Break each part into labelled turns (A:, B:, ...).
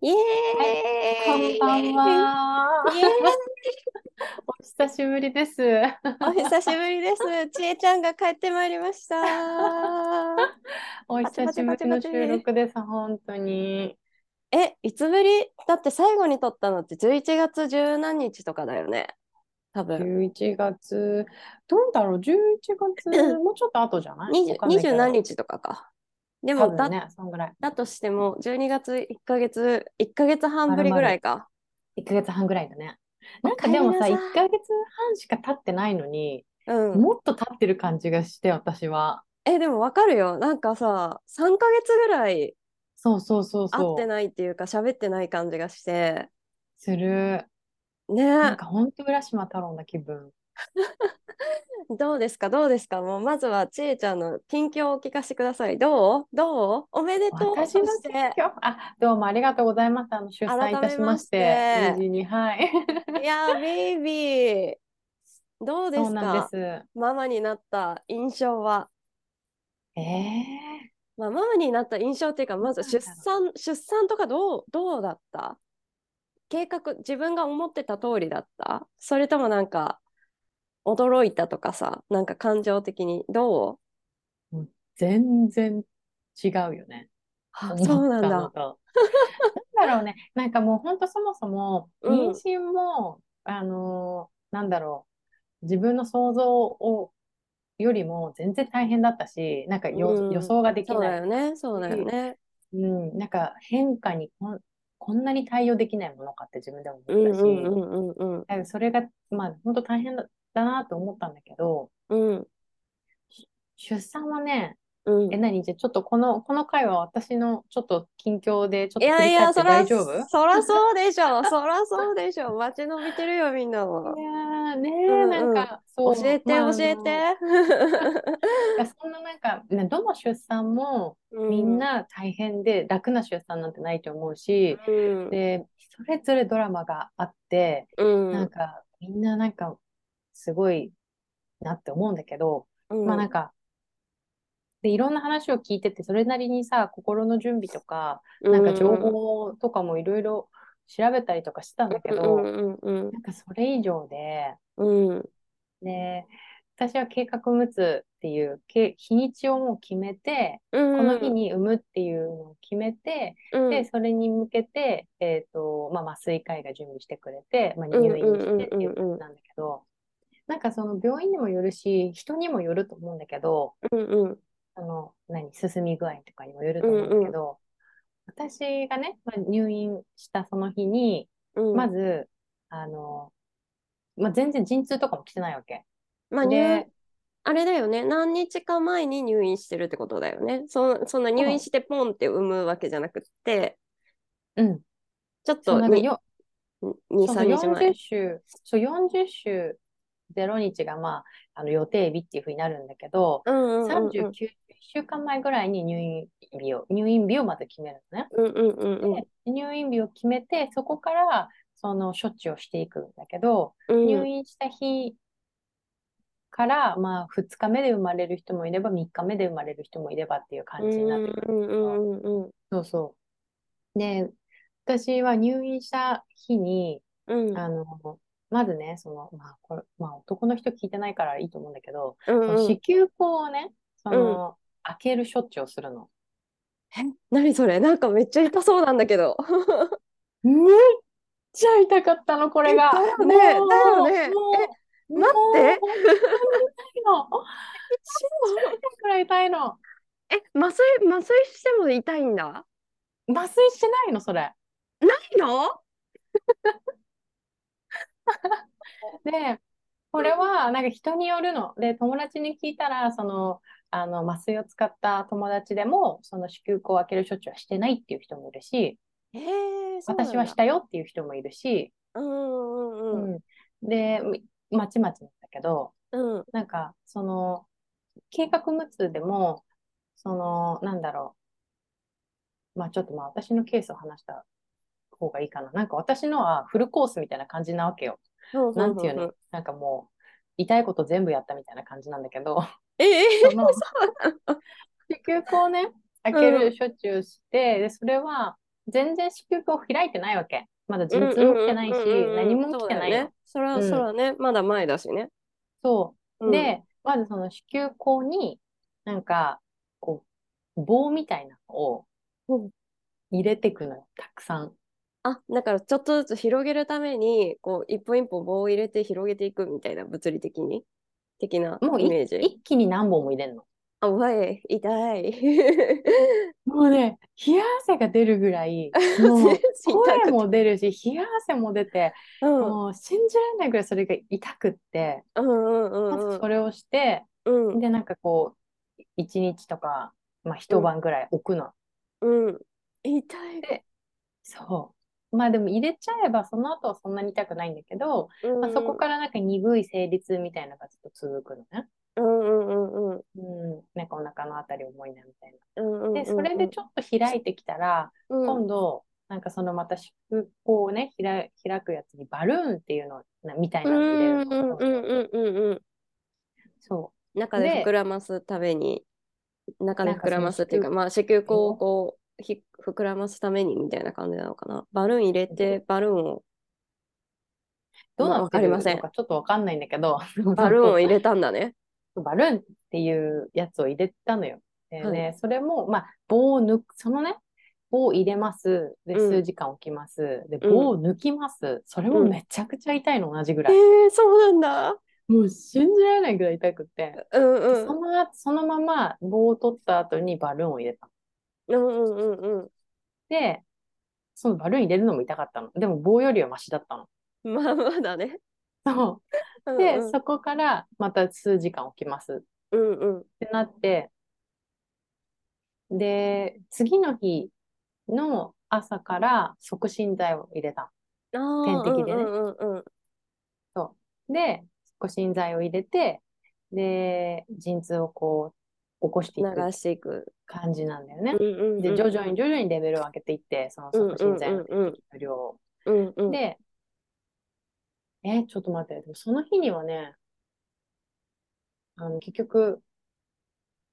A: イエ
B: こ
A: ー
B: ん
A: イ
B: ばんは。
A: イエーイ
B: お久しぶり です。
A: お久しぶりです。ちえちゃんが帰ってまいりま した。
B: お久しぶりの収録です。本当に。
A: え、いつぶりだって最後に撮ったのって11月十何日とかだよね。多分。
B: 11月、どうだろう ?11 月、もうちょっと後じゃない
A: 20
B: わかんない
A: 二
B: け
A: 十
B: ど
A: 何日とかか。で
B: 多
A: もだ、
B: 分ね、そんぐらい。
A: だとしても12月1ヶ月、1ヶ月半ぶりぐらいか。
B: 1ヶ月半ぐらいだね。なん
A: お
B: か
A: かえ
B: で
A: り
B: も
A: な
B: さ、
A: さい
B: 1ヶ月半しか経ってないのに、
A: うん。
B: もっと経ってる感じがして、私は。
A: え、でもわかるよ。なんかさ、3ヶ月ぐらい
B: そうそうそう
A: 会っ
B: そ
A: て
B: う。
A: ないっていうか喋ってない感じがして。
B: する。な
A: ね
B: ん。か本当浦島太郎な気分。
A: どうですかどうですかもうまずはちえちゃんの近況をお聞かせてください。どうどうおめでとう
B: 私の
A: そして
B: 近況あ、どうもありがとうございます。あの出産いたしまして、
A: 改めまして
B: 無事に、はい。
A: いやーベイビーどうで
B: そう
A: す
B: なん
A: か
B: です。え
A: ママになった印象は、
B: え
A: まあ、ママになった印象っていうかまず
B: ど
A: 出
B: うなんだろう
A: 産出産とかどうどうだった計画自分が思ってた通りだったそれともなんか驚いたとかさなんか感情的にどう
B: 全然違うよね。
A: あ
B: 思
A: そうな
B: っ
A: ん
B: たの
A: だ。
B: と。なんだろうね。なんかもう本当そもそも
A: うん
B: 妊娠も、あのーなんだろう。自分の想像をよりも全然大変だったし、なんかよ
A: うん
B: 予想ができ
A: そう
B: ない
A: だよねそうだよね。
B: うん、なんか変化にこん、こんなに対応できないものかって自分でも
A: う
B: 思
A: ん
B: ったし、
A: うんうんうんうん。
B: だからそれが、まあ、本当大変だ、だなと思ったんだけど、
A: うん、
B: 出産はね、
A: うん
B: え、。何じゃあちょっとこの、この回は私のちょっと近況でちょっ
A: い
B: と振
A: や
B: り
A: い
B: 返
A: や、
B: っ
A: そ
B: て
A: ら、
B: 大丈夫い
A: そらそうでしょ。そらそうでしょ。待ち延びてるよ、みんなも。
B: やーね
A: うんう
B: ー、
A: ん
B: なんか、
A: 教
B: そう、
A: えて、
B: まあ、あ
A: 教え
B: の、
A: て。
B: いやそんななんか、ね、どの出産もみんな大変で楽な出産なんてないと思うし、
A: うん、
B: で、それぞれドラマがあって、
A: うん、
B: なんかみんななんかすごいなって思うんだけど、
A: うん、
B: まあなんかでいろんな話を聞いててそれなりにさ心の準備とか
A: う、
B: なんか情報とかもいろいろ調べたりとかしてたんだけど、
A: うん、うん、
B: なんかそれ以上で
A: うん、うん、
B: で私は計画むつっていうけ日にちをもう決めてこ
A: こ
B: の日、に産むっていうのを決めて、
A: うん、
B: で、それに向けて、えっ、と、まあ、麻酔科医が準備してくれて、まあ、入院してっていう感じなんだけど、なんかその病院にもよるし、人にもよると思うんだけど、
A: うん、うん、
B: あの、何、進み具合とかにもよると思うんだけど、私がね、まあ、入院したその日に、
A: うん、
B: ま、ず、あの、まあ、全然陣痛とかも来てないわけ。
A: まあ、入
B: で、
A: あれだよね。何日か前に入院してるってことだよね。そ、そんな入院してポンって産むわけじゃなくって、
B: うん、
A: ちょっ
B: そ
A: と
B: うなんか
A: に、
B: よ、
A: 2、
B: そうそう
A: 3日前
B: 40。週、そう40週0日が、まあ、あの予定日っていうふうになるんだけど、
A: うんうんうん
B: 39
A: うん
B: 週、1週間前ぐらいに入院日を、入院日をまず決めるのね。
A: うんうんうんうん
B: で入院日を決めて、そこからその処置をしていくんだけど、
A: うん
B: 入院した日から、まあ、2日目で生まれる人もいれば、3日目で生まれる人もいればっていう感じになってくるんだけど、
A: うんうん
B: そうそう。で、私は入院した日に、
A: うんうん
B: あの、まずね、その、まあ、これ、まあ、男の人聞いてないからいいと思うんだけど、
A: うんうん
B: 子宮口をね、その、開ける処置をするの。
A: え何それなんかめっちゃ痛そうなんだけど
B: めっちゃ痛かったの、これが。
A: えだよね
B: もう
A: だよね
B: もう
A: え待って
B: もう本 当に痛いの。めっちゃ痛いくらい痛いの。
A: え麻酔麻酔しても痛いんだ
B: 麻酔してないの、それ。
A: ないの
B: で、これはなんか人によるの。で、友達に聞いたら、その、あの麻酔を使った友達でも、その子宮口を開ける処置はしてないっていう人もいるし、
A: えー、そうなんだ
B: 私はしたよっていう人もいるし、
A: うんうんうん
B: うん、で、みまちまちなんだけど、
A: うん
B: なんか、その、計画無痛でも、その、なんだろう。まあちょっとまあ私のケースを話した方がいいかな。なんか私のはフルコースみたいな感じなわけよ。
A: ほうほうほうほ
B: なんていうのなんかもう、痛いこと全部やったみたいな感じなんだけど、
A: えー、
B: その、子宮口をね、開ける処置をして、で、それは、全然子宮口開いてないわけ。まだ
A: うん
B: 陣痛
A: うん
B: も来てないし
A: うんうんうん、
B: 何も来てない
A: そうだよ
B: の
A: ね。。そら、
B: うん
A: そらね、まだ前だしね。
B: そうう。
A: ん、
B: で、まずその子宮口に、なんか、こう、棒みたいなのを
A: うん
B: 入れてくのよ、たくさん。
A: あ、だからちょっとずつ広げるために、こう、一本一本棒を入れて広げていくみたいな、物理的に、的な
B: もうい
A: イメージ。
B: 一気に何本も入れんの。
A: あ、うわい、痛い。
B: もうね、冷や汗が出るぐらい、も
A: 全
B: う
A: 身痛く
B: 声
A: て
B: も出るし、冷や汗も出て、
A: うん、
B: もう信じられないぐらいそれが痛くって、
A: うん、う
B: ま
A: ん、
B: ずそれをして、
A: うん、うん、
B: で、なんかこう、一日とか、まあ一晩ぐらい置くの。
A: うん。痛い。
B: そう。まあでも入れちゃえばその後はそんなに痛くないんだけど、
A: うん
B: まあ、そこからなんか鈍い生理痛みたいなのがずっと続くのね。
A: うん、うん、うん、うん、
B: うん。なんかお腹のあたり重いなみたい
A: うん、うん。
B: な。で、それでちょっと開いてきたら、
A: うん、
B: 今度、なんかそのまた子宮口をね、開開くやつにバルーンっていうのなみたいなのを入れる
A: うん、う
B: の。
A: ん、うん、うん、うん。
B: そ
A: 中で
B: で
A: 膨らますために、中で
B: なんか
A: 膨らますっていうか、
B: そ
A: まあ、子宮口をこう、ひ膨らますためにみたいな感じなのかな。バルーン入れて、バルーンを、
B: う。どう
A: ま
B: なってる
A: あわかりません
B: のかちょっとわかんないんだけど、
A: バルーンを入れたんだね。
B: バルーンっていうやつを入れたのよ。でね、
A: は
B: それも、まあ、棒を抜く、そのね、棒を入れます。で、
A: うん
B: 数時間置きます。で、
A: うん
B: 棒を抜きます。それもめちゃくちゃ痛いの、同じぐ
A: え
B: らい。
A: ー、そうなんだ。
B: もう信じられないぐらい痛くて。
A: うん
B: で
A: うん
B: そ。の後そのまま棒を取った後にバルーンを入れたの。
A: うんうんうん
B: で、そのバルーン入れるのも痛かったの。でも棒よりはマシだったの。
A: うん。まあまあだね。
B: そうう。
A: ん
B: で、
A: うん
B: そこからまた数時間置きます。
A: うんうん
B: ってなって、で、次の日の朝から促進剤を入れた。
A: あー
B: 点滴でね
A: うんうんうんうん
B: で、促進剤を入れて、で、陣痛をこう、起こしていく
A: 流していく。
B: 感じなんだよね。
A: うんうんうん
B: で、徐々に徐々にレベルを上げていって、その促進剤の
A: うんうん
B: 量を。
A: うんうん。
B: で、え、ちょっと待って、でもその日にはね、あの、結局、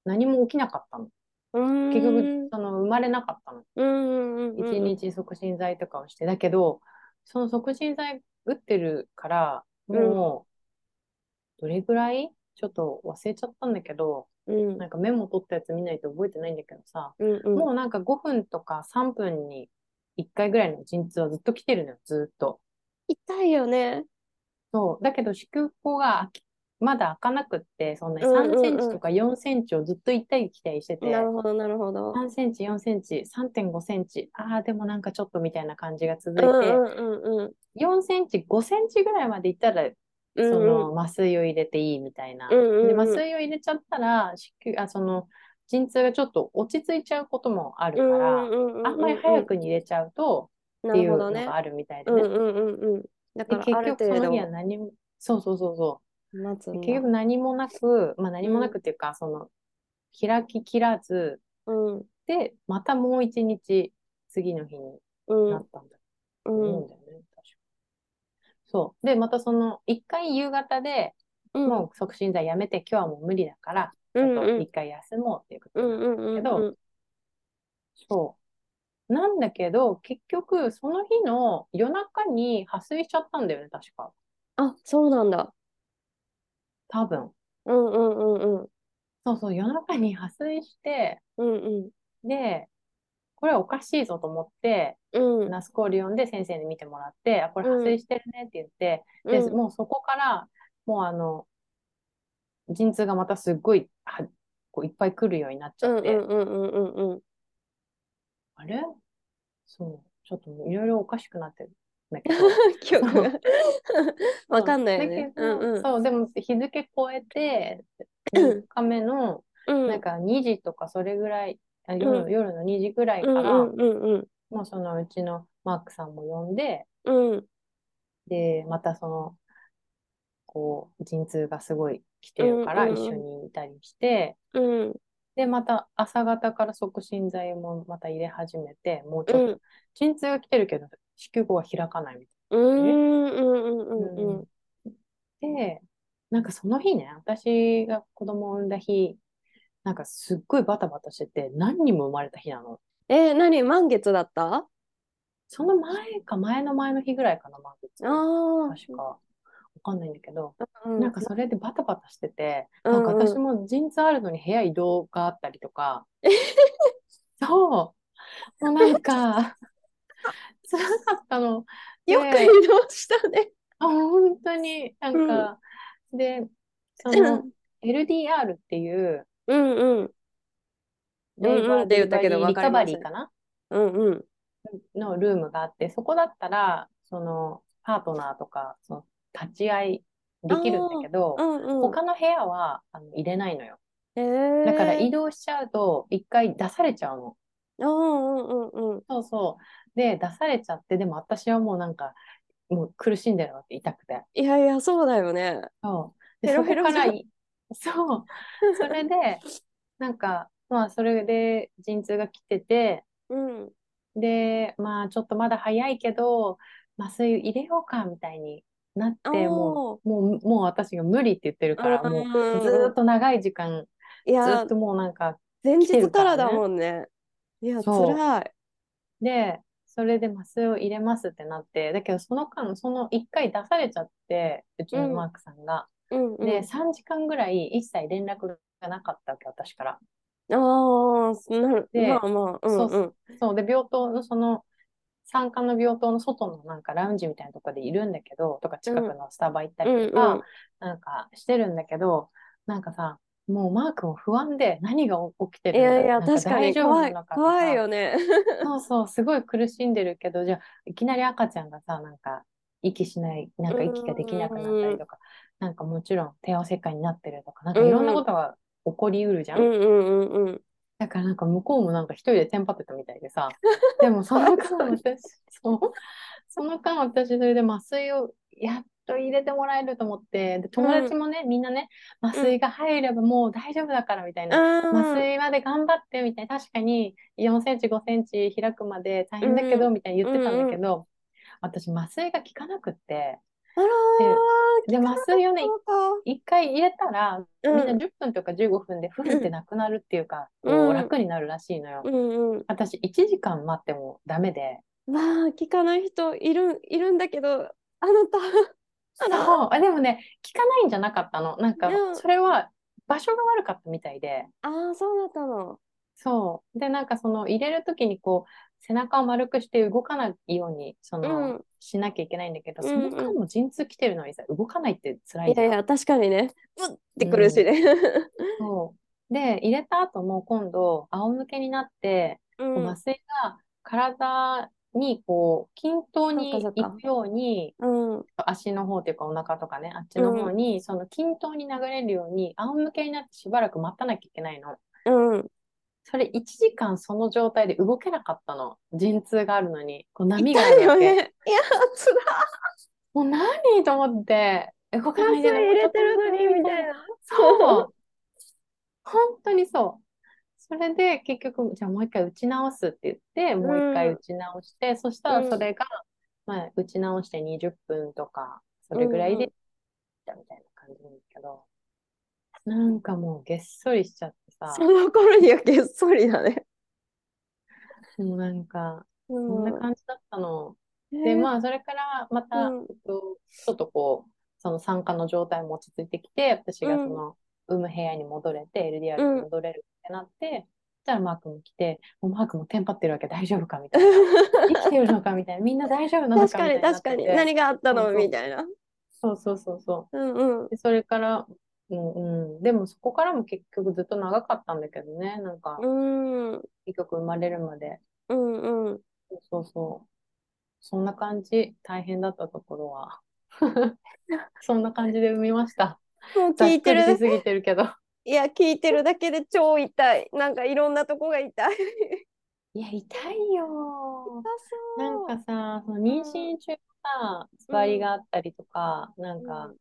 B: 何も起きなかったの。
A: うーん
B: 結局、その、生まれなかったの。
A: うんうんうん
B: 一日促進剤とかをして、だけど、その促進剤打ってるから、もう、どれぐらいちょっと忘れちゃったんだけど、
A: うん
B: なんかメモ取ったやつ見ないと覚えてないんだけどさ、
A: うんうん
B: もうなんか5分とか3分に1回ぐらいの陣痛はずっと来てるのよ、ずっと。
A: 痛いよね。
B: そう。だけど、子宮口が開きまだ開かなくって、そんなに
A: うんうんうん
B: 3センチとか4センチをずっと一体期待してて、
A: なるほどなるほど。
B: 3センチ、4センチ、3.5センチ、ああ、でもなんかちょっとみたいな感じが続い
A: うん
B: て、
A: うんうんうん。
B: 4センチ、5センチぐらいまでいったら、
A: う
B: そ
A: んうん
B: の麻酔を入れていいみたいな。
A: う
B: で、
A: んうんうん
B: 麻酔を入れちゃったら、子宮、あ、その、陣痛がちょっと落ち着いちゃうこともある
A: うん
B: から、
A: うんうんうんうん
B: あんまり早くに入れちゃうと、
A: な
B: ってい
A: る
B: う
A: ほ
B: の
A: どね。
B: があるみたいで
A: うん
B: ね。
A: うんうんうん。だ
B: で、
A: からあ
B: 結
A: る
B: 局そ
A: 程
B: の日は
A: 度
B: 何も、そうそうそうそう。
A: 待つんだ
B: 結局何もなく、まあ何もなくっていうか、その、開ききらず、
A: うん
B: で、またもう一日、次の日に
A: うん
B: なったんだ
A: う
B: と
A: ん
B: 思うんだよね、確か。そう。で、またその、一回夕方で、
A: うん
B: もう促進剤やめて、今日はもう無理だから、ちょっと一回休もうっていうこと
A: う
B: に
A: ん
B: なっ
A: うんうんうん
B: けどそう。なんだけど、結局、その日の夜中に破水しちゃったんだよね、確か。
A: あ、そうなんだ。
B: 多分。
A: うんうんうんうん。
B: そうそう、夜中に破水して、
A: うん
B: で、これはおかしいぞと思って、
A: うん。うん。
B: ナスコール呼んで先生に見てもらって、あ、これ破水してるねって言って、で、
A: うん
B: もうそこから、もうあの、陣痛がまたすっごい、はこういっぱい来るようになっち
A: う
B: ゃ
A: ん
B: って、
A: うんうんうんうんうん。
B: あれそう、ちょっともういろいろおかしくなってるんだけど。
A: 記憶 が わかんないよ
B: だ
A: ね。
B: け
A: うん
B: ど
A: うん。
B: そう、でも日付超えて、3日目の、
A: うん
B: なんか2時とかそれぐらい、あ
A: う
B: 夜夜の2時ぐらい
A: うん
B: から、
A: うんうん
B: もうそのうちのマークさんも呼んで、
A: うんうん
B: で、またその、こう、陣痛がすごい来てるから
A: うんうん
B: 一緒にいたりして、
A: うん
B: で、また朝方から促進剤もまた入れ始めて、もうち
A: う
B: ょっと、
A: ん
B: 陣痛が来てるけど、子宮口は開かないみたいな。
A: うんうんうんうん
B: うんで、なんかその日ね、私が子供を産んだ日、なんかすっごいバタバタしてて、何人も生まれた日なの。
A: え、何満月だった
B: その前か前の前の日ぐらいかな、満月。
A: ああ、
B: 確か。わかんないんだけど、
A: うん
B: なんかそれでバタバタしてて、
A: うん
B: なんか
A: うん
B: 私もジーンズワールドに部屋移動があったり とか、そう、もうなんか、辛かったの。
A: よく移動したね。
B: あ、本当に、なんか、で、その、LDR っていう、
A: うんうん。うんうん
B: レイバー
A: って言ったけど
B: デリ
A: わか
B: バリーリ
A: り
B: カ
A: ま
B: バ
A: せん
B: リーかな
A: うんうん。
B: のルームがあって、そこだったら、その、パートナーとか、その、立ち会いできるんだけど
A: う、んうん。
B: 他の部屋はあの入れないのよ。
A: へえ。
B: だから移動しちゃうと、一回出されちゃうの。
A: うんうんうんうん。
B: そうそう。で、出されちゃって、でも私はもうなんか、もう苦しんでるわけ、痛くて。
A: いやいや、そうだよね。
B: そう。で、
A: ヘロ
B: そ
A: ヘ
B: こ
A: ロ
B: か
A: じゃん
B: らい、そう。それで、なんか、まあ、それで陣痛が来てて、
A: うん。
B: で、まあ、ちょっとまだ早いけど、麻酔入れようか、みたいになって、も
A: おー
B: う、もう、もう私が無理って言ってるから、もう、
A: うん
B: ずーっと長い時間、
A: い
B: ず
A: や
B: ーっ、ともうなんか、
A: 前
B: 来て
A: 日
B: る
A: か
B: かららね
A: だもんね。いや、
B: そう
A: 辛い。
B: で、それで麻酔を入れますってなって、だけどその間、その一回出されちゃって、うちのマークさんが。
A: うんうん。
B: で、3時間ぐらい一切連絡がなかったわけ、私から。
A: ああ、なる、
B: で
A: まあまあ、うん
B: そう
A: う
B: そ
A: ん。
B: そう、で、病棟のその、産科の病棟の外のなんかラウンジみたいなとこでいるんだけど、とか近くのスタバ行った
A: うん
B: りとか、
A: うん。
B: なんかしてるんだけど、なんかさ、もうマークも不安で何が起きて
A: い
B: るんだ
A: やいや、
B: なんか
A: 確かに
B: 大丈夫
A: 怖
B: ないのか、とか
A: 怖いよね。
B: そうそう、すごい苦しんでるけど、じゃあ、いきなり赤ちゃんがさ、なんか、息しない、なんか息ができなくなったりとか、なんかもちろん帝王切開になってるとか、なんかいろんなことが起こりうるじゃ。
A: うんんうんうんうん。
B: だからなんか向こうもなんか一人でテンパってたみたいで さ、でもその間私、そう、その間私それで麻酔をやっと入れてもらえると思って、で友達もね、みんなね、麻酔が入ればもう大丈夫だからみたいな。麻
A: あ
B: 酔まで頑張ってみたいな確かに4センチ5センチ開くまで大変だけ
A: う
B: ど
A: ん
B: みたいに言ってたんだけど、私麻酔が効かなくって
A: あらー、
B: で麻酔をね
A: そうか。
B: 1回入れたらみ
A: うんん
B: な10分とか15分でふんってなくなるっていうか、
A: うん
B: こう楽になるらしいのよ、
A: うんうん。
B: 私1時間待ってもダメで
A: まあ、聞かない人いる、いるんだけど、あなた。あら
B: そうあでもね効かないんじゃなかったのなんか
A: うん
B: それは場所が悪かったみたいで
A: ああ、そうだったの。
B: そうでなんかその入れる時にこう背中を丸くして動かないようにその、
A: うん。
B: しなきゃいけないんだけど、
A: うん
B: そ
A: うん
B: の間も陣痛来てるのにさ、動かないって辛い
A: い
B: じゃ
A: や
B: ん。
A: いや、確かにね。ぶってくるしね。
B: そうで、入れた後も今度、仰向けになって、
A: うん。
B: 麻酔が体にこう、均等に
A: そ
B: 行
A: うかそうか
B: くように、
A: うん。
B: 足の方というかお腹とかね、あっちの方に、その均等に流れるように、仰向けになってしばらく待たなきゃいけないの。
A: うん。
B: それ1時間その状態で動けなかったの。陣痛があるのに、こう波があ
A: 痛い
B: るわ
A: よ
B: け。
A: ね。いや、つら
B: もう何と思って、動かないで
A: 麻酔入れてるのにみたいな。
B: そう。 本当にそう。それで結局、じゃあもう一回打ち直すって言って、もう一回打ち直して、そしたらそれが、まあ、打ち直して20分とか、それぐらいで、
A: うんうん
B: みたいな感じなんだけど、なんかもうげっそりしちゃってさ、
A: その頃にはげっそりだね。
B: もうなんか、
A: う
B: そんな感じだったの。
A: じ
B: で、まあ、それからまた、
A: うん
B: えっとちょっとこう、その産科の状態も落ち着いてきて、私がその、産む部屋に戻れて、LDR
A: うん
B: に戻れるってなって、そしたらマークも来て、もうマークもテンパってるわけ、大丈夫か みたいな。生きてるのかみたいな。みんな大丈夫なの
A: 確
B: かみ
A: か
B: たい
A: に
B: になっ
A: 確か
B: て
A: に何
B: て
A: があったの
B: そうそう
A: みたいな
B: そうそうそうそ
A: うんうん
B: う。で、それから、うんうん。でもそこからも結局ずっと長かったんだけどね。なんか
A: う、ん
B: 結局生まれるまで。
A: うんうん
B: そうそうそう。そんな感じ。大変だったところは。 そんな感じで産みました。
A: もう
B: ざ
A: 聞
B: っ
A: いて
B: くりし
A: る
B: すぎてるけど。
A: いや聞いてるだけで超痛いなんかいろんなとこが痛 い
B: いや、痛いよ
A: 痛
B: ー。なん
A: そう
B: かさ、その妊娠中さ、つわりがあったりとか、なんか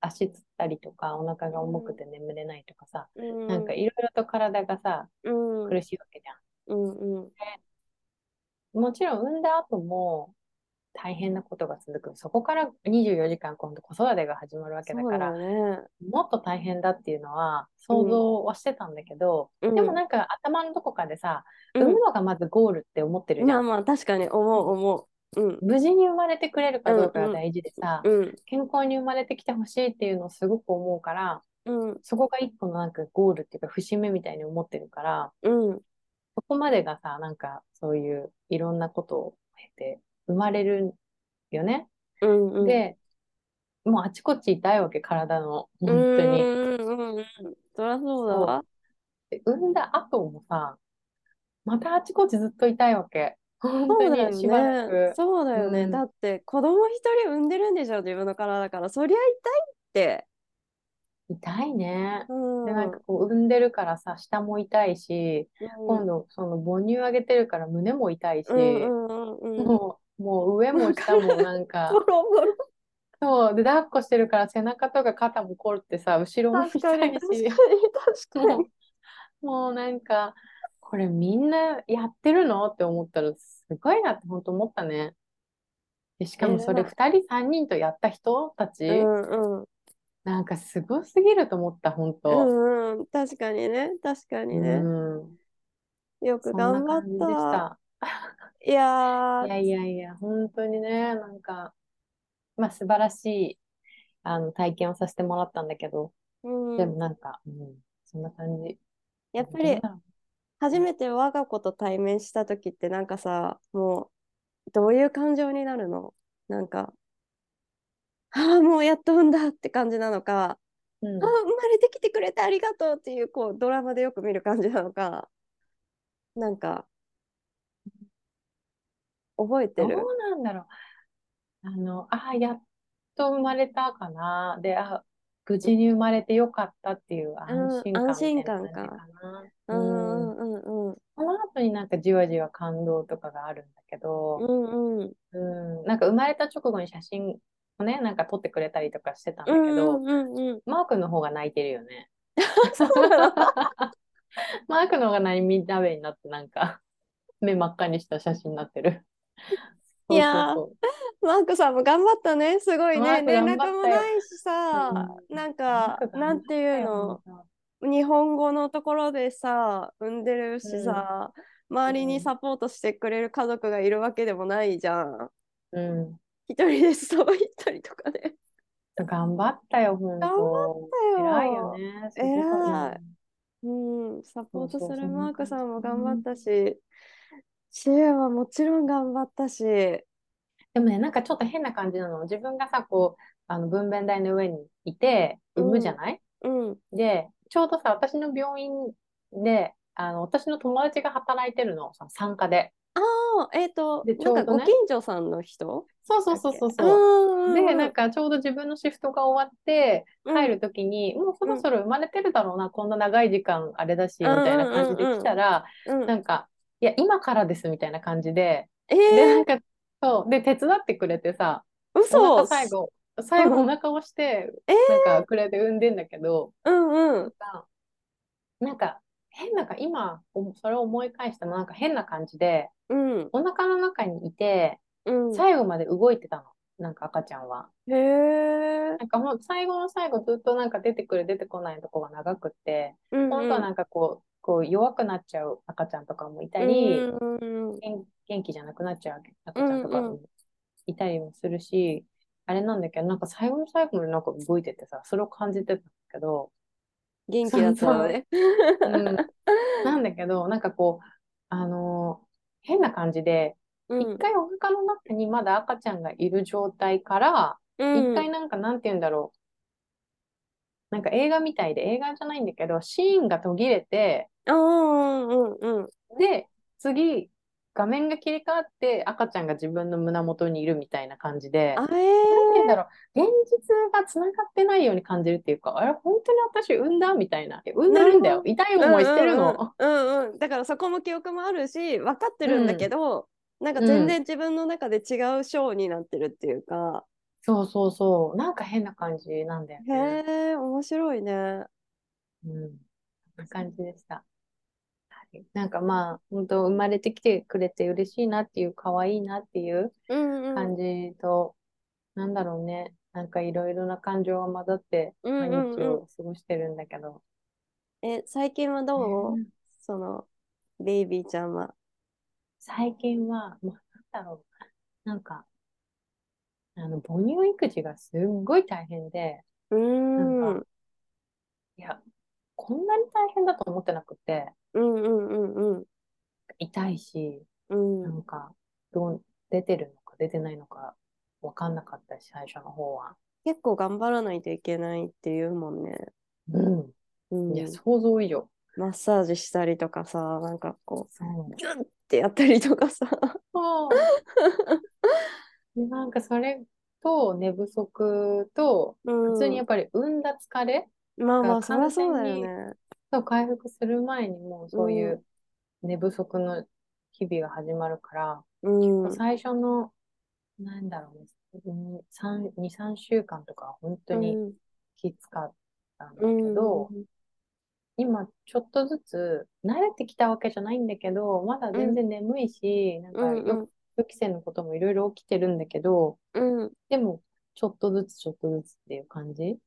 B: 足つったりとか、お腹が重くて眠れないとかさ、
A: うん
B: なんかいろいろと体がさ、
A: うん
B: 苦しいわけじゃ
A: うんうん
B: ん。もちろん産んだ後も大変なことが続く。そこから24時間今度子育てが始まるわけだ
A: そう
B: か
A: だ
B: ら、
A: よね。
B: もっと大変だっていうのは想像はしてたんだけど、
A: うん
B: でもなんか頭のどこかでさ、
A: うん
B: 産むのがまずゴールって思ってるじ
A: ま
B: ゃ
A: あ
B: ん。
A: まあ、確かに思う思う。うん。
B: 無事に生まれてくれるかどうかが大事でさ、
A: うん。
B: 健康に生まれてきてほしいっていうのをすごく思うから、
A: うん。
B: そこが一個のなんかゴールっていうか節目みたいに思ってるから、
A: うん。
B: そこまでがさ、なんかそういういろんなことを経て生まれるよね。
A: うん。うん、
B: で、もうあちこち痛いわけ、体の。
A: う
B: 本当
A: ん
B: に。
A: うんうん。そりゃそうだわ。
B: で産んだ後もさ、またあちこちずっと痛いわけ。
A: そ
B: 本
A: う
B: 当
A: だよ
B: にしばら
A: ね
B: く。。
A: そうだよね。
B: うん
A: だって子供一人産んでるんでしょ、自分の体から。そりゃ痛いって。
B: 痛いね。
A: うん。
B: で、なんかこう、産んでるからさ、下も痛いし、今度、その母乳あげてるから胸も痛いし、
A: うんうんうんうんうん。
B: もう、もう上も下もなん
A: ボ
B: か、
A: ロボロ。
B: そう、で、抱っこしてるから背中とか肩も凝るってさ、後ろも
A: 確
B: 痛
A: か
B: い
A: に、確かに、
B: し、
A: 確か
B: も
A: に。
B: う、もうなんか、これみんなやってるのって思ったら、すごいなって本当思ったね。でしかもそれ
A: えー
B: 2人3人とやった人た ち、
A: うんうん。
B: なんかすごすぎると思った、本
A: う
B: 当。
A: んうん。確かにね。確か
B: う
A: にね。
B: ん。
A: よく
B: そんな
A: 頑張っ。
B: 感じでしたた。
A: いや
B: いや
A: ー、
B: いやいや、本当にね、なんか、まあ素晴らしい、あの、体験をさせてもらったんだけど、
A: う
B: でも
A: ん。
B: なんか、うん、そんな感じ。
A: やっぱ
B: どう
A: り
B: だろ
A: 初めて我が子と対面した時ってなんかさ、もうどういう感情になるのなんか、ああ、もうやっと産んだって感じなのか、
B: う。
A: ああ、
B: うん。
A: 生まれてきてくれてありがとうっていう、こう、ドラマでよく見る感じなのか、なんか、覚えて
B: どう
A: る
B: なんだろう。あの、ああ、やっと生まれたかな。で、あ、無事に生まれてよかったっていう安
A: うん
B: 心
A: 安
B: 感
A: 心
B: みたいな
A: 感
B: 感
A: か。
B: じかな。
A: う
B: うん
A: ん。うんうん
B: その後になんかじわじわ感動とかがあるんだけど、
A: うんうん
B: うん、なんか生まれた直後に写真をね、なんか撮ってくれたりとかしてた
A: う
B: んだけど、
A: んうんうんうん
B: マー君の方が泣いてるよね。
A: そうなの
B: マー君の方が涙目になって、なんか 目真っ赤にした写真になってる。
A: いやー
B: そう
A: マークさんも頑張ったね。すごいね。
B: マーク
A: 連
B: 頑
A: 絡
B: 張
A: も
B: ったよ
A: ないし
B: そうそう。
A: さ、
B: うん、
A: なん
B: マー
A: か、
B: ク頑
A: な
B: 張っ
A: んてい
B: た
A: う
B: よ、
A: の、
B: 本
A: 日本語のところでさ、産んでる
B: 当。
A: し
B: うん
A: さ、周りにサポートしてくれる家族がいるわけでもないじゃん。
B: うんうん
A: 一人でそば行ったりとかね。
B: 頑張ったよ、本
A: 頑
B: 当。偉い
A: 張
B: よ
A: っ
B: ね、す
A: た
B: ごく。う
A: よ。偉い。
B: ん、
A: うん、サポー
B: そ
A: ト
B: うそ
A: す
B: う、そ
A: る
B: んな
A: マーク
B: 感じ
A: さんも
B: か
A: 頑張っ
B: な。
A: たし、シェアはもちろん頑張ったし、
B: でもね、なんかちょっと変な感じなの。自分がさ、こう、あの分娩台の上にいて、
A: う
B: 産むじ
A: ん、
B: ゃない
A: うん、
B: で、ちょうどさ、私の病院で、あの、私の友達が働いてるの、その産科で。
A: ああ、えっと、
B: で、ち
A: なん
B: ょ
A: か
B: うど
A: ご
B: ね、
A: 近所さんの人
B: そうそ
A: だ
B: う
A: っ
B: そう
A: け
B: そ
A: あ
B: う
A: あ、
B: そうう。で、
A: んう
B: なん
A: ん
B: かちょうど自分のシフトが終わって
A: う
B: 帰
A: ん
B: るときに、もう
A: う
B: そ
A: ん
B: ろ
A: うん
B: そろ生まれてるだろうな、こんな長い時間あれだし、
A: う
B: みたいな感
A: ん
B: じ
A: う
B: で
A: ん
B: 来
A: うん
B: たら、
A: うんう
B: なんか、いや、今からですみたいな感じで、
A: ん
B: で、
A: え
B: な
A: ー、
B: んか、そう、で、手伝ってくれてさ、お
A: 嘘
B: 腹最後、
A: う
B: 最後お
A: ん
B: 腹をして、
A: えー、
B: なんかくれて産んでんだけど、
A: うんう
B: なん
A: ん
B: か、なんか変なか、今、おそれを思い返しても、なんか変な感じで、
A: うん
B: お腹の中にいて、
A: う
B: 最後まで動いてたの、なんか赤ちゃんは。
A: んへえ
B: なんかもう最後の最後ずっとなんか出てくる出てこないとこが長くって、
A: うん
B: 本当は
A: う
B: なんんかこう、こう弱くなっちゃう赤ちゃんとかもいた
A: うん
B: り、
A: うん
B: 元元気じゃなくなっちゃう
A: う
B: 赤ちゃん
A: ん
B: とか
A: うん
B: もいたりもするし、あれなんだけど、なんか最後の最後までなんか動いててさ、それを感じてたんだけど、
A: 元気
B: そ
A: だ
B: う
A: った
B: そ
A: の
B: う、
A: ね
B: うん、なんだけど、なんかこう、あのー変な感じで、
A: う
B: 一
A: ん
B: 回お腹の中にまだ赤ちゃんがいる状態から、一
A: う
B: 回
A: ん
B: なんかなんて言うんだろう、なんか映画みたいで、映画じゃないんだけど、シーンが途切れて、
A: ああうんうん
B: で、次、画面が切り替わって赤ちゃんが自分の胸元にいるみたいな感じで、
A: あ
B: なんて言うんだ
A: え
B: ろう、現実がつながってないように感じるっていうか、あれ、本当に私産んだみたいな。いや産
A: ー、
B: んで
A: な
B: る
A: る
B: んだ
A: ほ
B: よ。
A: ど
B: 痛いう思いしてる
A: んうんうん
B: の。
A: うんうんだからそこも記憶もあるし分かって
B: う
A: るんだけ
B: ん、
A: どなんか
B: う
A: 全
B: ん。
A: 然自分の中で違うショーになってるっていうか
B: そうそうそう。なんか変な感じなんだよ
A: へ
B: ね。
A: え面白いね
B: うん。こんな感じでした。なんかまあ、本当生まれてきてくれて嬉しいなっていう、可愛いなっていう
A: うんうん
B: 感じと、なんだろうね、なんかいろいろな感情が混ざって、
A: うん
B: 毎
A: うん
B: 日
A: う
B: を過ごしてるんだけど。
A: ん。え、最近はどう
B: ね
A: その、ベイビーちゃんは。
B: 最近は、まあ、なんだろう、なんか、あの、母乳育児がすっごい大変で、
A: うー
B: なん
A: ん。
B: いや、こんなに大変だと思ってなくて、
A: うんうんうんうん。
B: 痛いし、
A: うん。
B: なんか、どう、出てるのか出てないのか、わかんなかったし、最初の方は。
A: 結構頑張らないといけないっていうもんね。
B: う
A: うん
B: ん。いや、想像以上。
A: マッサージしたりとかさ、なんかこ
B: そう
A: う、。ギュッてやったりとかさ。
B: そう。なんか、それと、寝不足と、
A: うん
B: 普通にやっぱり、産んだ疲れ
A: まあまあ、
B: だか
A: そ
B: ら
A: りゃそうだよ
B: 完
A: ね。
B: と回復する前に、もうそういう寝不足の日々が始まるから、
A: うん。うん
B: 最初の、なんだろうね、3、2、3週間とかは本当にきつかったんだけど、今ちょっとずつ慣れてきたわけじゃないんだけど、まだ全然眠いし、なん
A: う
B: か
A: んう
B: よ
A: ん
B: 予期せぬこともいろいろ起きてるんだけど、
A: うん。
B: でもちょっとずつちょっとずつっていう感じ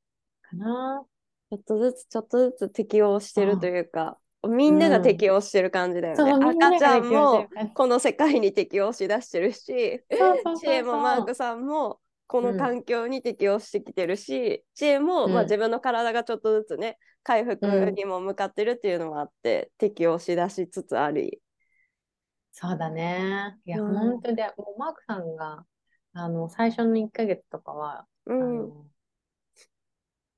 B: かな。
A: ちょっとずつちょっとずつ適応してるというか、みんなが適応してる感じだよね。
B: そう、みんな
A: 赤ちゃ
B: が
A: ん
B: できるってい
A: も
B: う感じ。
A: この世界に適応しだしてるし、
B: そうそうそう
A: 知恵もマー
B: そ
A: ク
B: う。
A: さんもこの
B: うん
A: 環境に適応してきてるし、知恵も、
B: うん
A: まあ、自分の体がちょっとずつね回復にも向かってるっていうのもあって、適応しだしつつあり。
B: そうだね。いや、
A: うん
B: 本当で、もうマークさんが、あの、最初の1ヶ月とかは、
A: う
B: あ
A: ん、うん
B: の、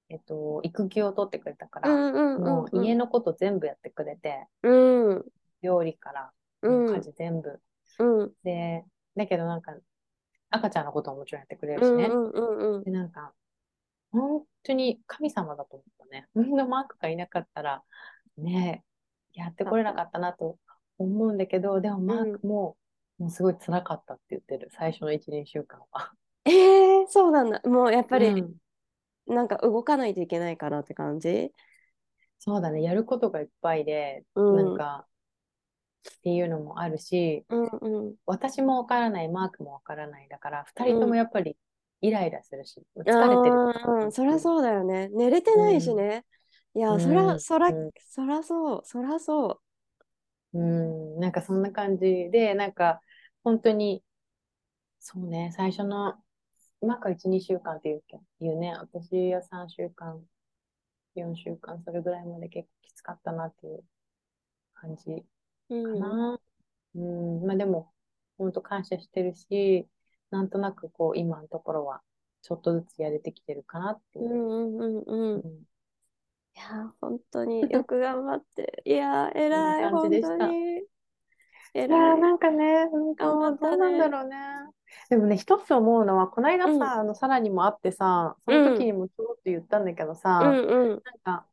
B: えっと、育休を取ってくれたか
A: う
B: ら、
A: んうんうん
B: もう家のこと全部やってくれて、
A: うんうん
B: 料理から、もう家事全部。
A: うん
B: で、だけどなんか、赤ちゃんのことももちろんやってくれる
A: う
B: し
A: ん
B: ね。
A: うんうん
B: で、なんか、本当に神様だと思ったね。ほんのマークがいなかったら、ねえ、やってこれなかったなと思うんだけど、でもマークも、もうすごい辛かったって言ってる。最初の1、2週間は。
A: えー、そうなんだもうやっぱり、
B: うん
A: なんか動かないといけないからって感じ
B: そうだね。やることがいっぱいで、
A: うん
B: なんか、っていうのもあるし、
A: うんうん
B: 私もわからない、マークもわからない。だから、2人ともやっぱりイライラするし、疲れてる
A: あーうん、そりゃそうだよね。寝れてないしね。いや、そり
B: う
A: ゃ、
B: ん
A: そら
B: うん、
A: そらそう、そらそう。
B: うん、なんかそんな感じで、なんか本当に、そうね、最初の、なんか1、2週間っていうけいうね、私は3週間、4週間、それぐらいまで結構きつかったなっていう感じか
A: うん、
B: な。うん、まあでも、本当感謝してるし、なんとなくこう、今のところは、ちょっとずつやれてきてるかなっていうう。
A: ん、うん、うん、うん。い
B: うん
A: やー、本当に よく頑張って。いやー、偉い、
B: いい感
A: 本
B: じでした
A: 当に。
B: いや
A: 偉
B: ー
A: い。
B: なんかね、なんか
A: 頑張った
B: どうなんだろうね。でもね、一つ思うのは、この間
A: うん
B: さ、あの、さらにも会ってさ、その時にもちょろっと言ったんだけどさ、
A: う
B: なん
A: ん、
B: か、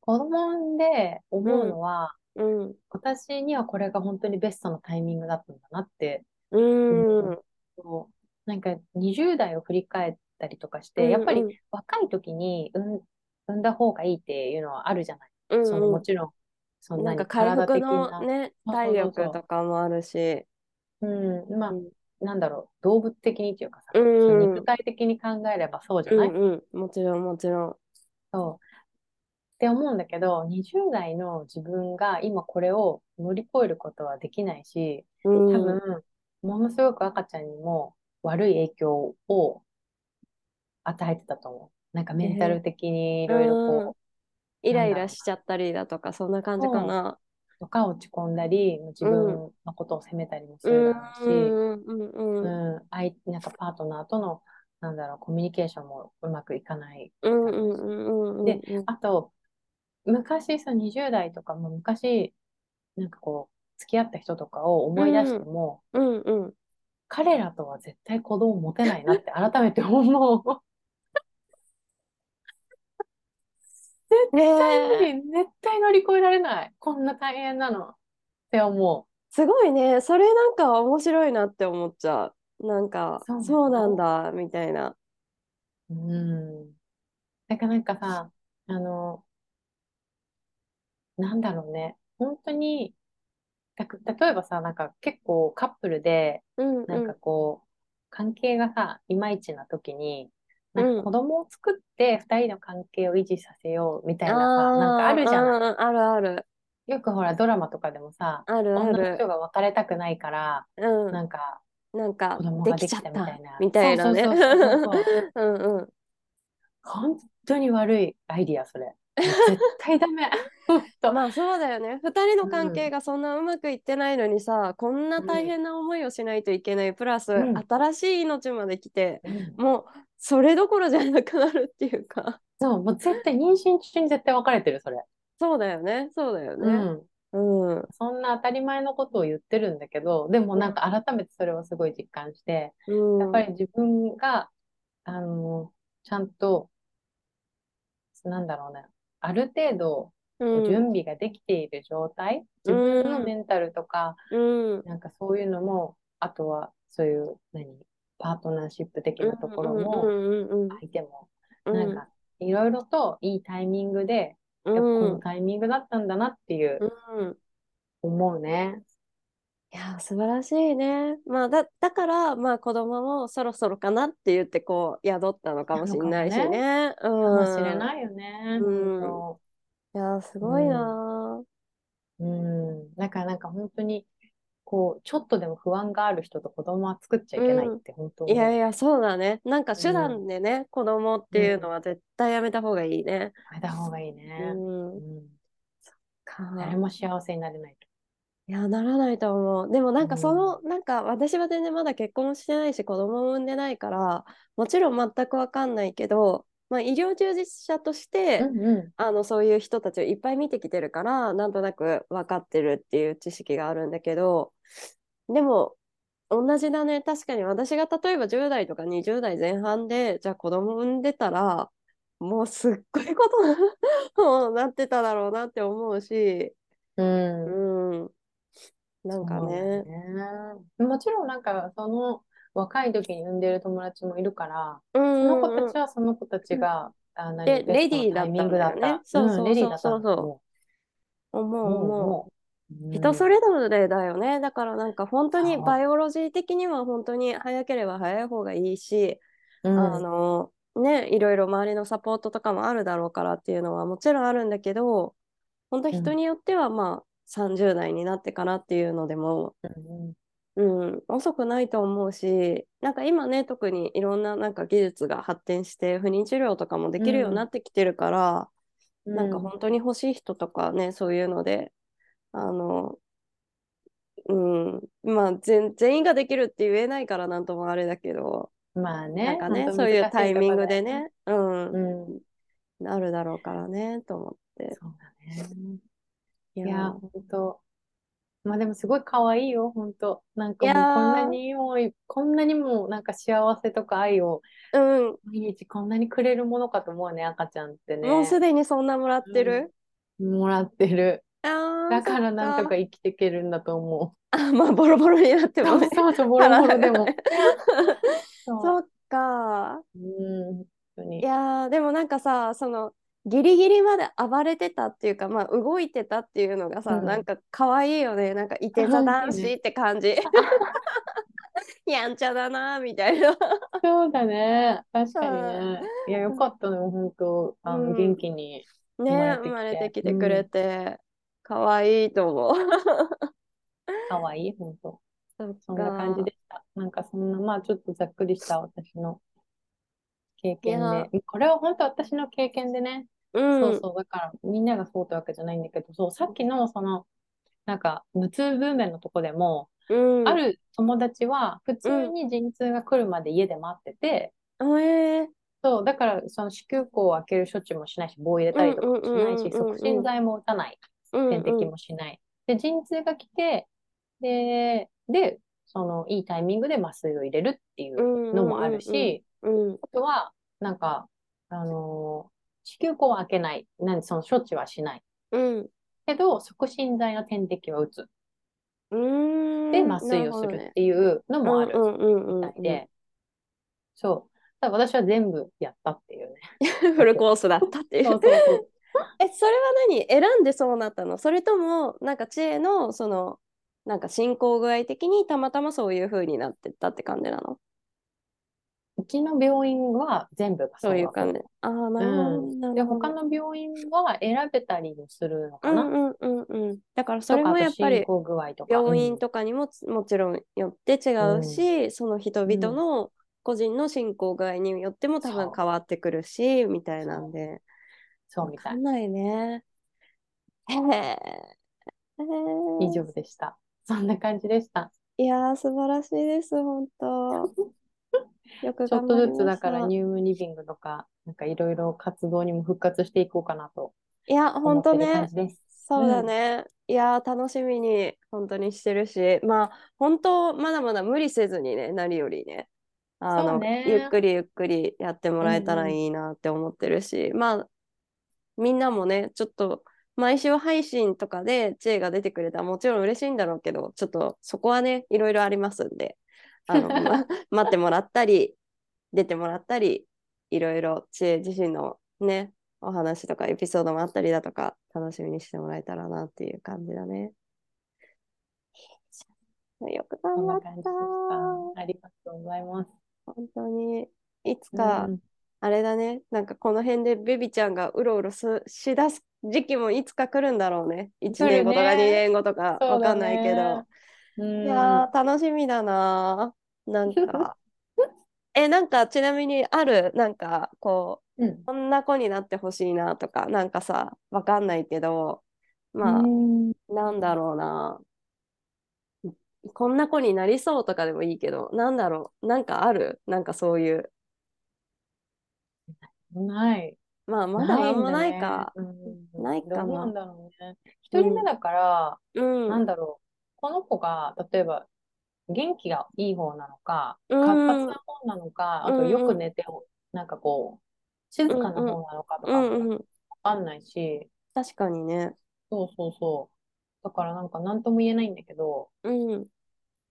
B: 子供で思うのは、
A: うん、
B: 私にはこれが本当にベストのタイミングだったんだなって、
A: うん、うん。
B: こうなんか20代を振り返ったりとかして、やっぱり若い時に産ん産んだ方がいいっていうのはあるじゃない。
A: うん、
B: その
A: う
B: も
A: ん、
B: ちろん、そん
A: な
B: な
A: か
B: んに
A: 回
B: 体
A: 復
B: 的
A: の
B: な。
A: ね、
B: そうそうそうそう
A: 体力とかもあるし。
B: うん、まあ、
A: うん
B: なんだろう、動物的にっていうかさ、
A: うん
B: その肉体的に考えればそうじゃ
A: う
B: ない、
A: ん、うん、もちろん、もちろん。
B: そう。って思うんだけど、20代の自分が今これを乗り越えることはできないし、
A: う
B: 多
A: ん、
B: 分、ものすごく赤ちゃんにも悪い影響を与えてたと思う。なんかメンタル的にいろいろこ
A: イライラしちゃったりだとか、そんな感じかな。
B: う、とか落ち込んだり、自分のことを責めたりもするだろうし、
A: うん、うん、うん、うん。
B: うん、相なんかパートナーとの、なんだろう、コミュニケーションもうまくいかない。
A: うんうんうんうんうんうん。
B: であと、昔、その20代とかも昔、なんかこう、付き合った人とかを思い出しても、
A: うんうん。
B: 彼らとは絶対子供持てないなって改め て思う。絶
A: ねえ、
B: 対無理絶対乗り越えられない。こんな大変なのって思
A: すごいね。それなんか面白いなって思っちゃう。なんか、
B: そう
A: そうなんだ、みたいな。
B: う。うん。だからなんかさ、あの、なんだろうね。本当に、た例えばさ、なんか結構カップルで、
A: うんうん
B: なんかこう、関係がさ、いまいちな時に、なん
A: うん
B: か子供を作って二人の関係を維持させようみたいなさ、
A: ー
B: なんかあるじゃない。
A: うんうんあるある。
B: よくほら、ドラマとかでもさ、
A: あるあ
B: 女の
A: る。
B: 人が別れたくないから、
A: うん。
B: なんか
A: なんか
B: 子供
A: で
B: が
A: き
B: で
A: ちゃ
B: き
A: った
B: み
A: た
B: たいな。
A: みたいなね。
B: そうそうそうそうそう。
A: うんうん。
B: 本当に悪いアイディア、それ。絶対ダメ。本当
A: まあそうだよね。二人の関
B: う
A: 係
B: ん
A: がそんなうまくいってないのにさ、こんな大変な思いをしないといけない。プラス、
B: うん
A: 新しい命まで来て、
B: うん
A: もうそれどころじゃなくなるっていうか。
B: そう、もう絶対、妊娠中に絶対別れてる、それ。
A: そうだよね。そうだよ
B: う
A: ね。
B: ん。
A: うん。う
B: そんな当たり前のことを言ってるんだけど、でもなんか改めてそれをすごい実感して、
A: ん。
B: やっぱり自分が、あの、ちゃんと、なんだろうね、ある程度
A: う、
B: こうん準備ができている状態、
A: う
B: 自
A: ん
B: 分のメンタルとか、
A: うん。
B: なんかそういうのも、あとはそういう、何、パートナーシップ的なところ
A: う
B: も、
A: んうんうん
B: 相手も、
A: うん。
B: なんか、いろいろといいタイミングで、
A: う
B: やっぱこ
A: ん、
B: のタイミングだったんだなっていう、
A: うん。
B: 思うね。
A: いやー、素晴らしいね。まあ、だ、だから、まあ、子供もそろそろかなって言って、こう、宿ったのかもしれないしね。か
B: かもしれ
A: い。
B: ないよね。
A: うん
B: 本
A: いやー、すごいな
B: 当うん。だからなんか本当に、こう、ちょっとでも不安がある人と子供は作っちゃいけないって本当
A: ー。い
B: 思う。
A: やいや、そうだね。なんか手
B: う
A: 段でね、子供っていうのは絶対やめた方がいいね。
B: 変えた方がいいう
A: ん。
B: ね。うん。
A: か。
B: 誰も幸せになれないと。
A: いや、ならないと思う。でもなんか
B: うん
A: その、なんか私は全然まだ結婚してないし、子供も産んでないから、もちろん全くわかんないけど、まあ、医療従事者として、
B: うんう
A: あのそういう人たちをいっぱい見てきてるからなんとなく分かってるっていう知識があるんだけどでも同じだね確かに私が例えば10代とか20代前半でじゃあ子供産んでたらもうすっごいことに なってただろうなって思うし
B: ん。
A: う
B: うん。
A: んなんかね
B: そうだね。もちろんなんか、その、若い時に産んでる友達もいるから、
A: うん
B: その子
A: うん
B: たちはその子たちが、あ何
A: で
B: ベスト
A: レディーだった
B: なタイ
A: ん
B: ミングだっ
A: だよ
B: た
A: ね。そう
B: う
A: そ
B: ん、
A: う
B: レディーだったんだ
A: そう
B: と
A: うん思う
B: 思う。
A: 思う。
B: 思う。
A: 人それぞれだよね。だからなんか本当に
B: そう
A: バイオロジー的には本当に早ければ早い方がいいし、
B: うん、うん
A: あのね、いろいろ周りのサポートとかもあるだろうからっていうのはもちろんあるんだけど、本当人によってはまあ30代になってからっていうのでも、
B: うん
A: うん、遅くないと思うし、なんか今ね、特にいろんななんか技術が発展して不妊治療とかもできるようになってきてるから、
B: う
A: なんか本当に欲しい人とかね、そういうので、あの、うん、まあ全、全員ができるって言えないからなんともあれだけど、
B: ま
A: な
B: あね、
A: んかね、
B: 本当
A: そういう
B: 難し
A: タイ
B: とこ
A: ミング
B: だ
A: で
B: よね。
A: ね、う
B: うん、
A: ん、あるだろうからね、と思って。
B: そうだね。
A: い
B: いや、
A: ー
B: 本当。まあでもすごい可愛いよ、本当。なん
A: い
B: か
A: や
B: もうこん
A: ー
B: なにもう、こんなにもなんか幸せとか愛を
A: うん、
B: 毎日こんなにくれるものかと思うね、赤ちゃんってね。
A: もうすでにそんなもらってる、
B: もらってる。
A: ああ
B: だからなんと
A: そっ
B: か生きていけるんだと思
A: あ、まあ、ボロボロになって
B: う。
A: も
B: そう
A: ね。
B: そうそう、ボロボロ でも。そ
A: そっか。
B: う。うん、本当
A: い
B: に。
A: やーでもなんかさそのギリギリまで暴れてたっていうかまあ動いてたっていうのがさ、
B: うん
A: なんか可愛いよねなんかいて座男子って感じ やんちゃだなーみたいな
B: そうだね。確かに
A: うん
B: ね。いや、よかったね。本当、あ
A: う
B: の、
A: ん
B: 元気に。
A: ね生
B: 生
A: ま
B: ま
A: れ
B: れ
A: て
B: て
A: き
B: きて
A: てくれて、可愛いと思う
B: 可愛い本当。
A: そっ
B: そんな感じでした。なんかそんな、まあちょっとざっくりした私の経
A: い
B: 験
A: や
B: で。これは本当私の経験でね。
A: うん
B: そうそう。だからみんながそうってわけじゃないんだけど、そう、さっきのその、なんか無痛分娩のとこでも、
A: うん
B: ある友達は普通に陣痛が来るまで家で待ってて、
A: あえ
B: そう、だからその子宮口を開ける処置もしないし、棒入れたりとかもしない
A: うん
B: し、
A: うんうんうんうん
B: 促進剤も打たない。
A: ーうん
B: 点滴もしない。で、陣痛が来て、で、で、その、いいタイミングで麻酔を入れるっていうのもある
A: うんうんうん
B: し、
A: うんうん
B: あとは、なんか、あのー子宮口は開けない。なんで、その処置はしない。
A: うん
B: けど、促進剤の点滴は打つ。
A: うーん
B: で、麻酔をするっていうのもある
A: うんうんうん
B: み
A: うん
B: たいで、そう。ただ私は全部やったっていうね。
A: フルコースだったってい
B: そううそうそう。
A: え、それは何選んでそうなったのそれとも、なんか知恵の、その、なんか進行具合的にたまたまそういう風になってったって感じなの
B: うちの病院は全部が
A: そういう
B: だった
A: 感じ。ああ、なるほど
B: う
A: ね。
B: ん。
A: な
B: で、
A: るほ
B: 他
A: ど。
B: の病院は選べたりもするの
A: う
B: かな、
A: んうんうんうん。だからそ
B: と
A: れ
B: か、
A: も
B: あ
A: や
B: と
A: っぱり
B: 進行具合とか。
A: 病院とかにもつもちろんよって違うし、その人々
B: うん
A: の個人の進行具合によっても多分
B: そう
A: 変わってくるし、みたいなんで。
B: そう
A: わ
B: みた
A: か
B: い。
A: んないね。へえ。へー
B: 以上でした。そんな感じでした。
A: いやー、素晴らしいです、本 当。よく
B: ちょっ
A: 頑
B: と
A: 張りま
B: ずつだ
A: し
B: から
A: た。
B: ニュームリビングとか、なんかいろいろ活動にも復活していこうかなと
A: いや、
B: 思
A: 本
B: っ
A: 当
B: てる感
A: ね。
B: じです。
A: そうだね。いやー、楽しみに、本当にしてるし、まあ、本当、まだまだ無理せずにね、何よりね、あ
B: そう
A: の、
B: ね
A: ゆっくりゆっくりやってもらえた
B: うん
A: ら
B: うん
A: いいなって思ってるし、まあ、みんなもね、ちょっと、毎週配信とかで知恵が出てくれたらもちろん嬉しいんだろうけど、ちょっとそこはね、いろいろありますんで、あ の、ま、待ってもらったり、出てもらったり、いろいろ知恵自身のね、お話とかエピソードもあったりだとか、楽しみにしてもらえたらなっていう感じだね。よく
B: そ
A: 頑張
B: んな
A: っ。
B: 感じでしたた。ありがとうございます。
A: 本当に。いつか、
B: うん
A: あれだね、なんかこの辺でベビちゃんがうろうろすしだす時期もいつか来るんだろうね。1年後とか2
B: 来るね
A: 年後とかわかんないけど。。
B: そうだね
A: いやー、楽しみだなー。なん か。え、なんかちなみにある、なんかこう、
B: うん。
A: こんな子になってほしいなとか、なんかさ、わかんないけど、まあ、
B: うん。
A: なんだろうな。こんな子になりそうとかでもいいけど、なんだろう。なんかあるなんかそういう。
B: ない。
A: まあ、まだなんもないか。
B: んだね。うん
A: ないかな
B: どうなんだろうね。一人目だから、
A: うん。
B: なんだろう。この子が、例えば、元気がいい方なのか、
A: う
B: 活
A: ん
B: 発な方なのか、あと
A: うん
B: よく寝て、なんかこう、静かな方なのかと
A: う
B: か、わ
A: んうん。
B: かんないし、
A: 確かにね。
B: そうそうそう。だからなんか何とも言えないんだけど、
A: うん。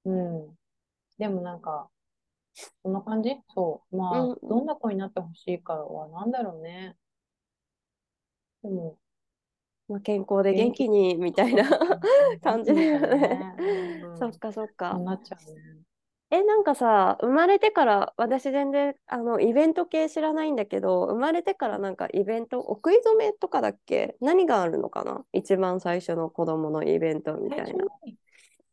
B: うん。でもなんか、そんな感じそう。まあ、
A: うんうん
B: どんな子になってほしいかはなんだろうね。でも、
A: まあ、健康で元気に、みたいな 感じだよね。そっかそっ
B: そ
A: か
B: う。なっちゃうね。
A: え、なんかさ、生まれてから、私全然、あの、イベント系知らないんだけど、生まれてからなんかイベント、お食い初めとかだっけ何があるのかな一番最初の子供のイベントみた
B: 最
A: い
B: 初
A: な。
B: に、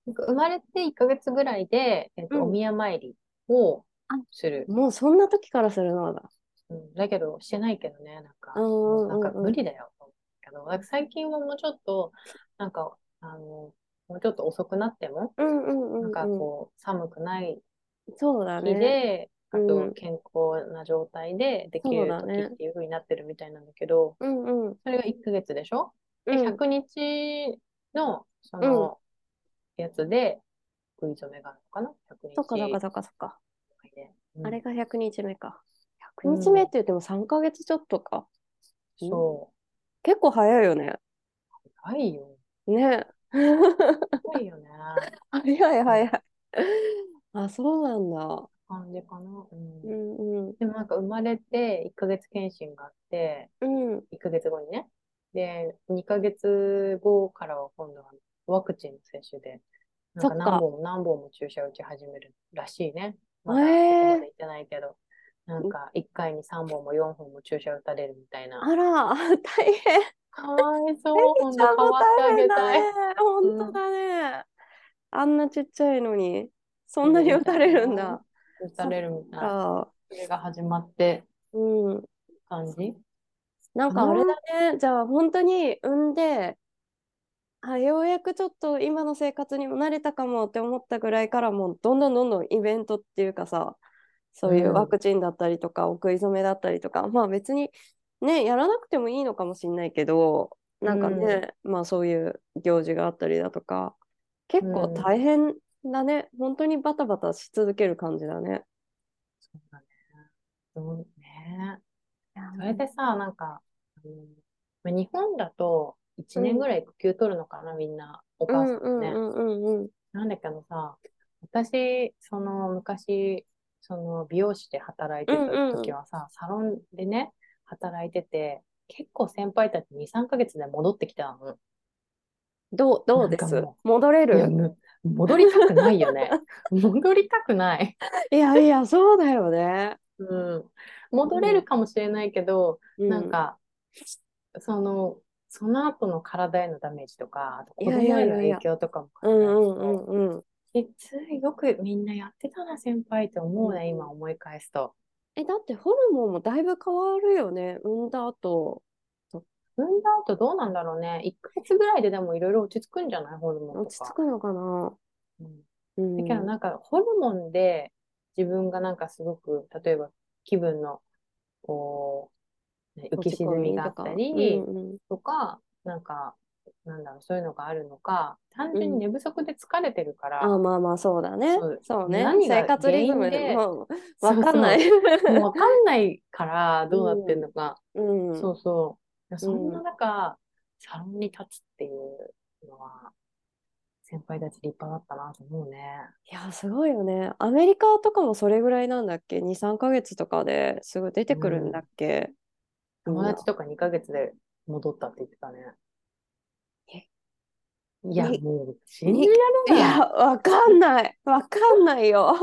B: なんか生まれて1ヶ月ぐらいで、え
A: う
B: っ
A: ん
B: と、お宮参りを
A: あ
B: する。
A: もうそんな時からするのだ。
B: うん、だけど、してないけどね、なんか、
A: うんうんうんうん
B: なんか無理だよ。けどなんか最近はもうちょっと、なんか、あの、もうちょっと遅くなっても、
A: うんうんうん、
B: なんか
A: うん。
B: こう、寒くない
A: そうだ
B: 日
A: ね。
B: で、あ
A: うん
B: と健康な状態ででき
A: そ
B: る
A: うだね
B: 時っていう風になってるみたいなんだけど、
A: うんうん。
B: それが1ヶ月でしょ
A: う
B: で、
A: ん、
B: 100日の、その、やつで、食い初めがあるのかな ?100 日。
A: そっかそっかそっかそっか。
B: うん
A: あれが100日目か。
B: うん
A: 100日目って言っても3ヶ月ちょっとか。
B: そ
A: 結構早いよね。
B: う。早いよ。
A: ね。
B: 早いよね。
A: 早い早い。 あ、そうなんだ。
B: 感じかな。うん
A: うんうん。
B: でもなんか生まれて1ヶ月検診があって、
A: うん。
B: 1ヶ月後にね。で、2ヶ月後からは今度はワクチンの接種で、なん
A: そ
B: か
A: っか
B: 何本も何本も注射打ち始めるらしいね。まだそ
A: へー
B: こまで行ってないけど、なんか1回に3本も4本も注射打たれるみたいな。
A: あら、大変。
B: かわいそう。ほんと
A: ちゃん
B: 変
A: も
B: わってあ
A: 大
B: げ
A: 変
B: た
A: だ
B: い。
A: ね。本当だね。あんなちっちゃいのに、そんなに打たれるんだ。
B: 打たれるみたいな。
A: あ
B: それが始まって
A: うん。
B: 感じ
A: なんかあれだね。じゃあ本当に産んで、あ、ようやくちょっと今の生活にも慣れたかもって思ったぐらいからもうどんどんどんどんイベントっていうかさ、そういううんワクチンだったりとか、お食い初めだったりとか、まあ別にね、やらなくてもいいのかもしれないけど、なんかね、まあそういう行事があったりだとか、結構大変だね。本当にバタバタし続ける感じだね。
B: そうだね。そうね。それでさ、なんか、うんまあ日本だと1年ぐらい育休取るのかな、みんな、
A: う
B: お
A: ん
B: 母さん
A: う
B: も
A: ん
B: ね。
A: うんうんうん。
B: なんだけどさ、私、その昔、その美容師で働いてた時はさ、サロンでね、働いてて、結構先輩たち2、3ヶ月で戻ってきたの。
A: どう、どうで
B: なんか
A: す
B: も
A: 戻れ
B: いや、
A: る
B: む戻りたくないよね。 戻りたくない。
A: いやいや、そうだよね。
B: うん。戻れるかもしれないけど、
A: う
B: なん、か、その、その後の体へのダメージとか、あと子供
A: いやい
B: へ
A: や
B: の
A: いやい
B: 影
A: や
B: 響とかも考
A: うん
B: えると、
A: うんうんうん。
B: きつい、よくみんなやってたな、先輩って思う
A: うん
B: ね、今思い返すと。
A: え、だってホルモンもだいぶ変わるよね。産んだ後。
B: 産んだ後どうなんだろうね。1ヶ月ぐらいででもいろいろ落ち着くんじゃないホルモンと
A: 落ち着
B: か。
A: くのかな。
B: うん
A: うん。
B: だけどなんかホルモンで自分がなんかすごく、例えば気分のこう、ね浮
A: 落
B: き
A: ち
B: 沈
A: 込
B: み
A: み
B: が
A: と
B: あっ
A: か。
B: た
A: う
B: り
A: んうん。
B: とか、なんか、なんだろう、そういうのがあるのか、単純
A: うん
B: に寝不足で疲れてるから、
A: あ、まあまあ、そうだね
B: そう。
A: そうね。
B: 何が
A: 生活リズム
B: 原因で
A: もう
B: そ
A: わ
B: うそう
A: かんない。
B: もうわかんないからどうなってんのか、
A: うん。
B: そうそう。そん
A: う
B: なん中、サロンに立つっていうのは、先輩たち立派だったなと思うね。
A: いや、すごいよね。アメリカとかもそれぐらいなんだっけ ?2、3ヶ月とかですぐ出てくるんだっけみん
B: 友
A: な
B: 達とか2ヶ月で戻ったって言ってたね。いや、
A: に
B: もう信じられ
A: い
B: ない
A: や、。わかんない。わかんないよ。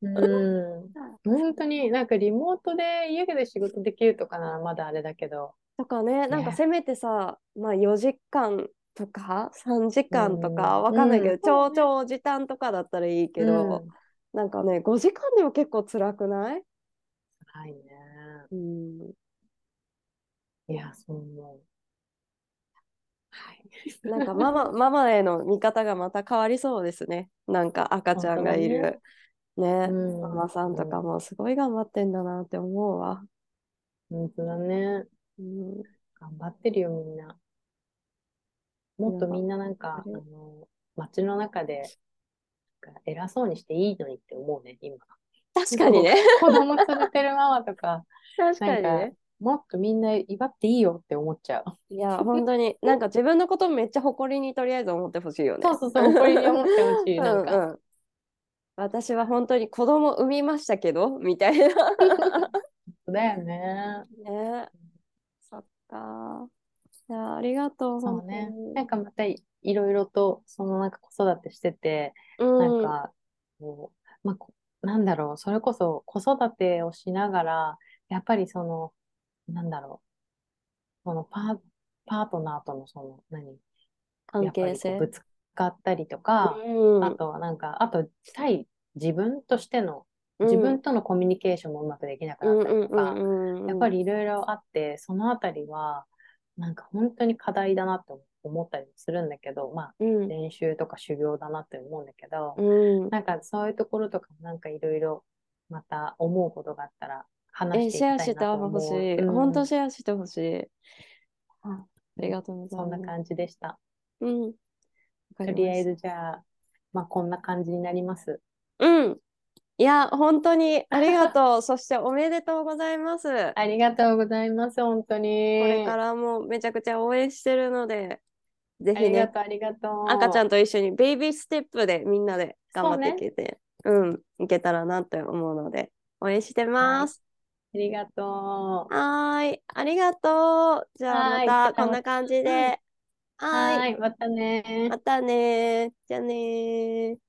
B: うん。本当になんかリモートで家で仕事できるとかならまだあれだけど、
A: とかね、なんか
B: ね
A: せめてさ、まあ4時間とか3時間とか、
B: うん
A: わかんないけど、
B: うん
A: 超超時短とかだったらいいけど、なんかね、5時間でも結構辛くない
B: うん、ないね。
A: うん。
B: いや、そう思う。はい。
A: なんかママ、 ママへの見方がまた変わりそうですね。なんか赤ちゃんがいる、ね、
B: うん
A: ママさんとか
B: うん
A: もすごい頑張ってんだなって思うわ。
B: 本当だね。
A: うん。
B: 頑張ってるよ、みんな。もっとみんななんか、
A: い
B: あ
A: や
B: の、街の中で、なんか偉そうにしていいのにって思うね、今。
A: 確かにね。
B: 子供連れてるママとか、
A: 確
B: な
A: か
B: ん
A: に
B: か
A: ね。、
B: もっとみんな威張っていいよって思っちゃう。
A: いや、本当に、なんか自分のことめっちゃ誇りにとりあえず思ってほしいよね。
B: そうそうそう、誇りに思ってほしい、なん
A: う
B: か。
A: んうん、私は本当に子供産みましたけ どみたいな
B: そうだよね。
A: ねそっかいやありがとう
B: そうね。な
A: 本
B: んかまたいいろいろと、そのなんか子育てしてて、
A: 当に
B: なんか、こう、まあ、こなんだろう、それこそ子育てをしながら、やっぱりその、なんだろう、そのパー、パートナーとのその、何、
A: うん、
B: や
A: 関係
B: っぱりこう
A: 性
B: ぶつかったりとか、
A: うん
B: あとはなんか、あと対自分としての、
A: うん
B: 自分とのコミュニケーションもうまくできなく
A: う
B: な
A: んう
B: ったりとか、
A: んうん
B: やっぱりいろいろあって、そのあたりは、なんか本当に課題だなって思ったりもするんだけど、まあ、
A: うん
B: 練習とか修行だなって思うんだけど、
A: うん
B: なんかそういうところとかもなんかいろいろまた思うことがあったら話
A: え
B: してい
A: シ
B: き
A: ェア
B: た
A: し
B: い
A: て
B: なと
A: ほ
B: 思
A: し
B: う。
A: い、
B: うん
A: 本当シェアしてほしいありがとうござい
B: そ
A: ま
B: ん
A: す
B: な感じでした。
A: うんわか
B: と
A: り
B: りあ
A: ま
B: え
A: した
B: ずじゃあ、まあこんな感じになります。
A: うんいや本当にありがとうそしておめでとうございますこ
B: ありがとうございます、本当に。
A: れからもめちゃくちゃ応援してるのでぜ
B: あ
A: ひ
B: り
A: ね
B: がとう、ありがとう。
A: 赤ちゃんと一緒にベイビーステップでみんなで頑張っていけて、うん、いけたらなって思うので、応援してます。
B: ありがとう。
A: はーい、ありがとう。じゃあ
B: はーい
A: またこんな感じで。はーい、
B: はい、またね
A: またねー。じゃあねー。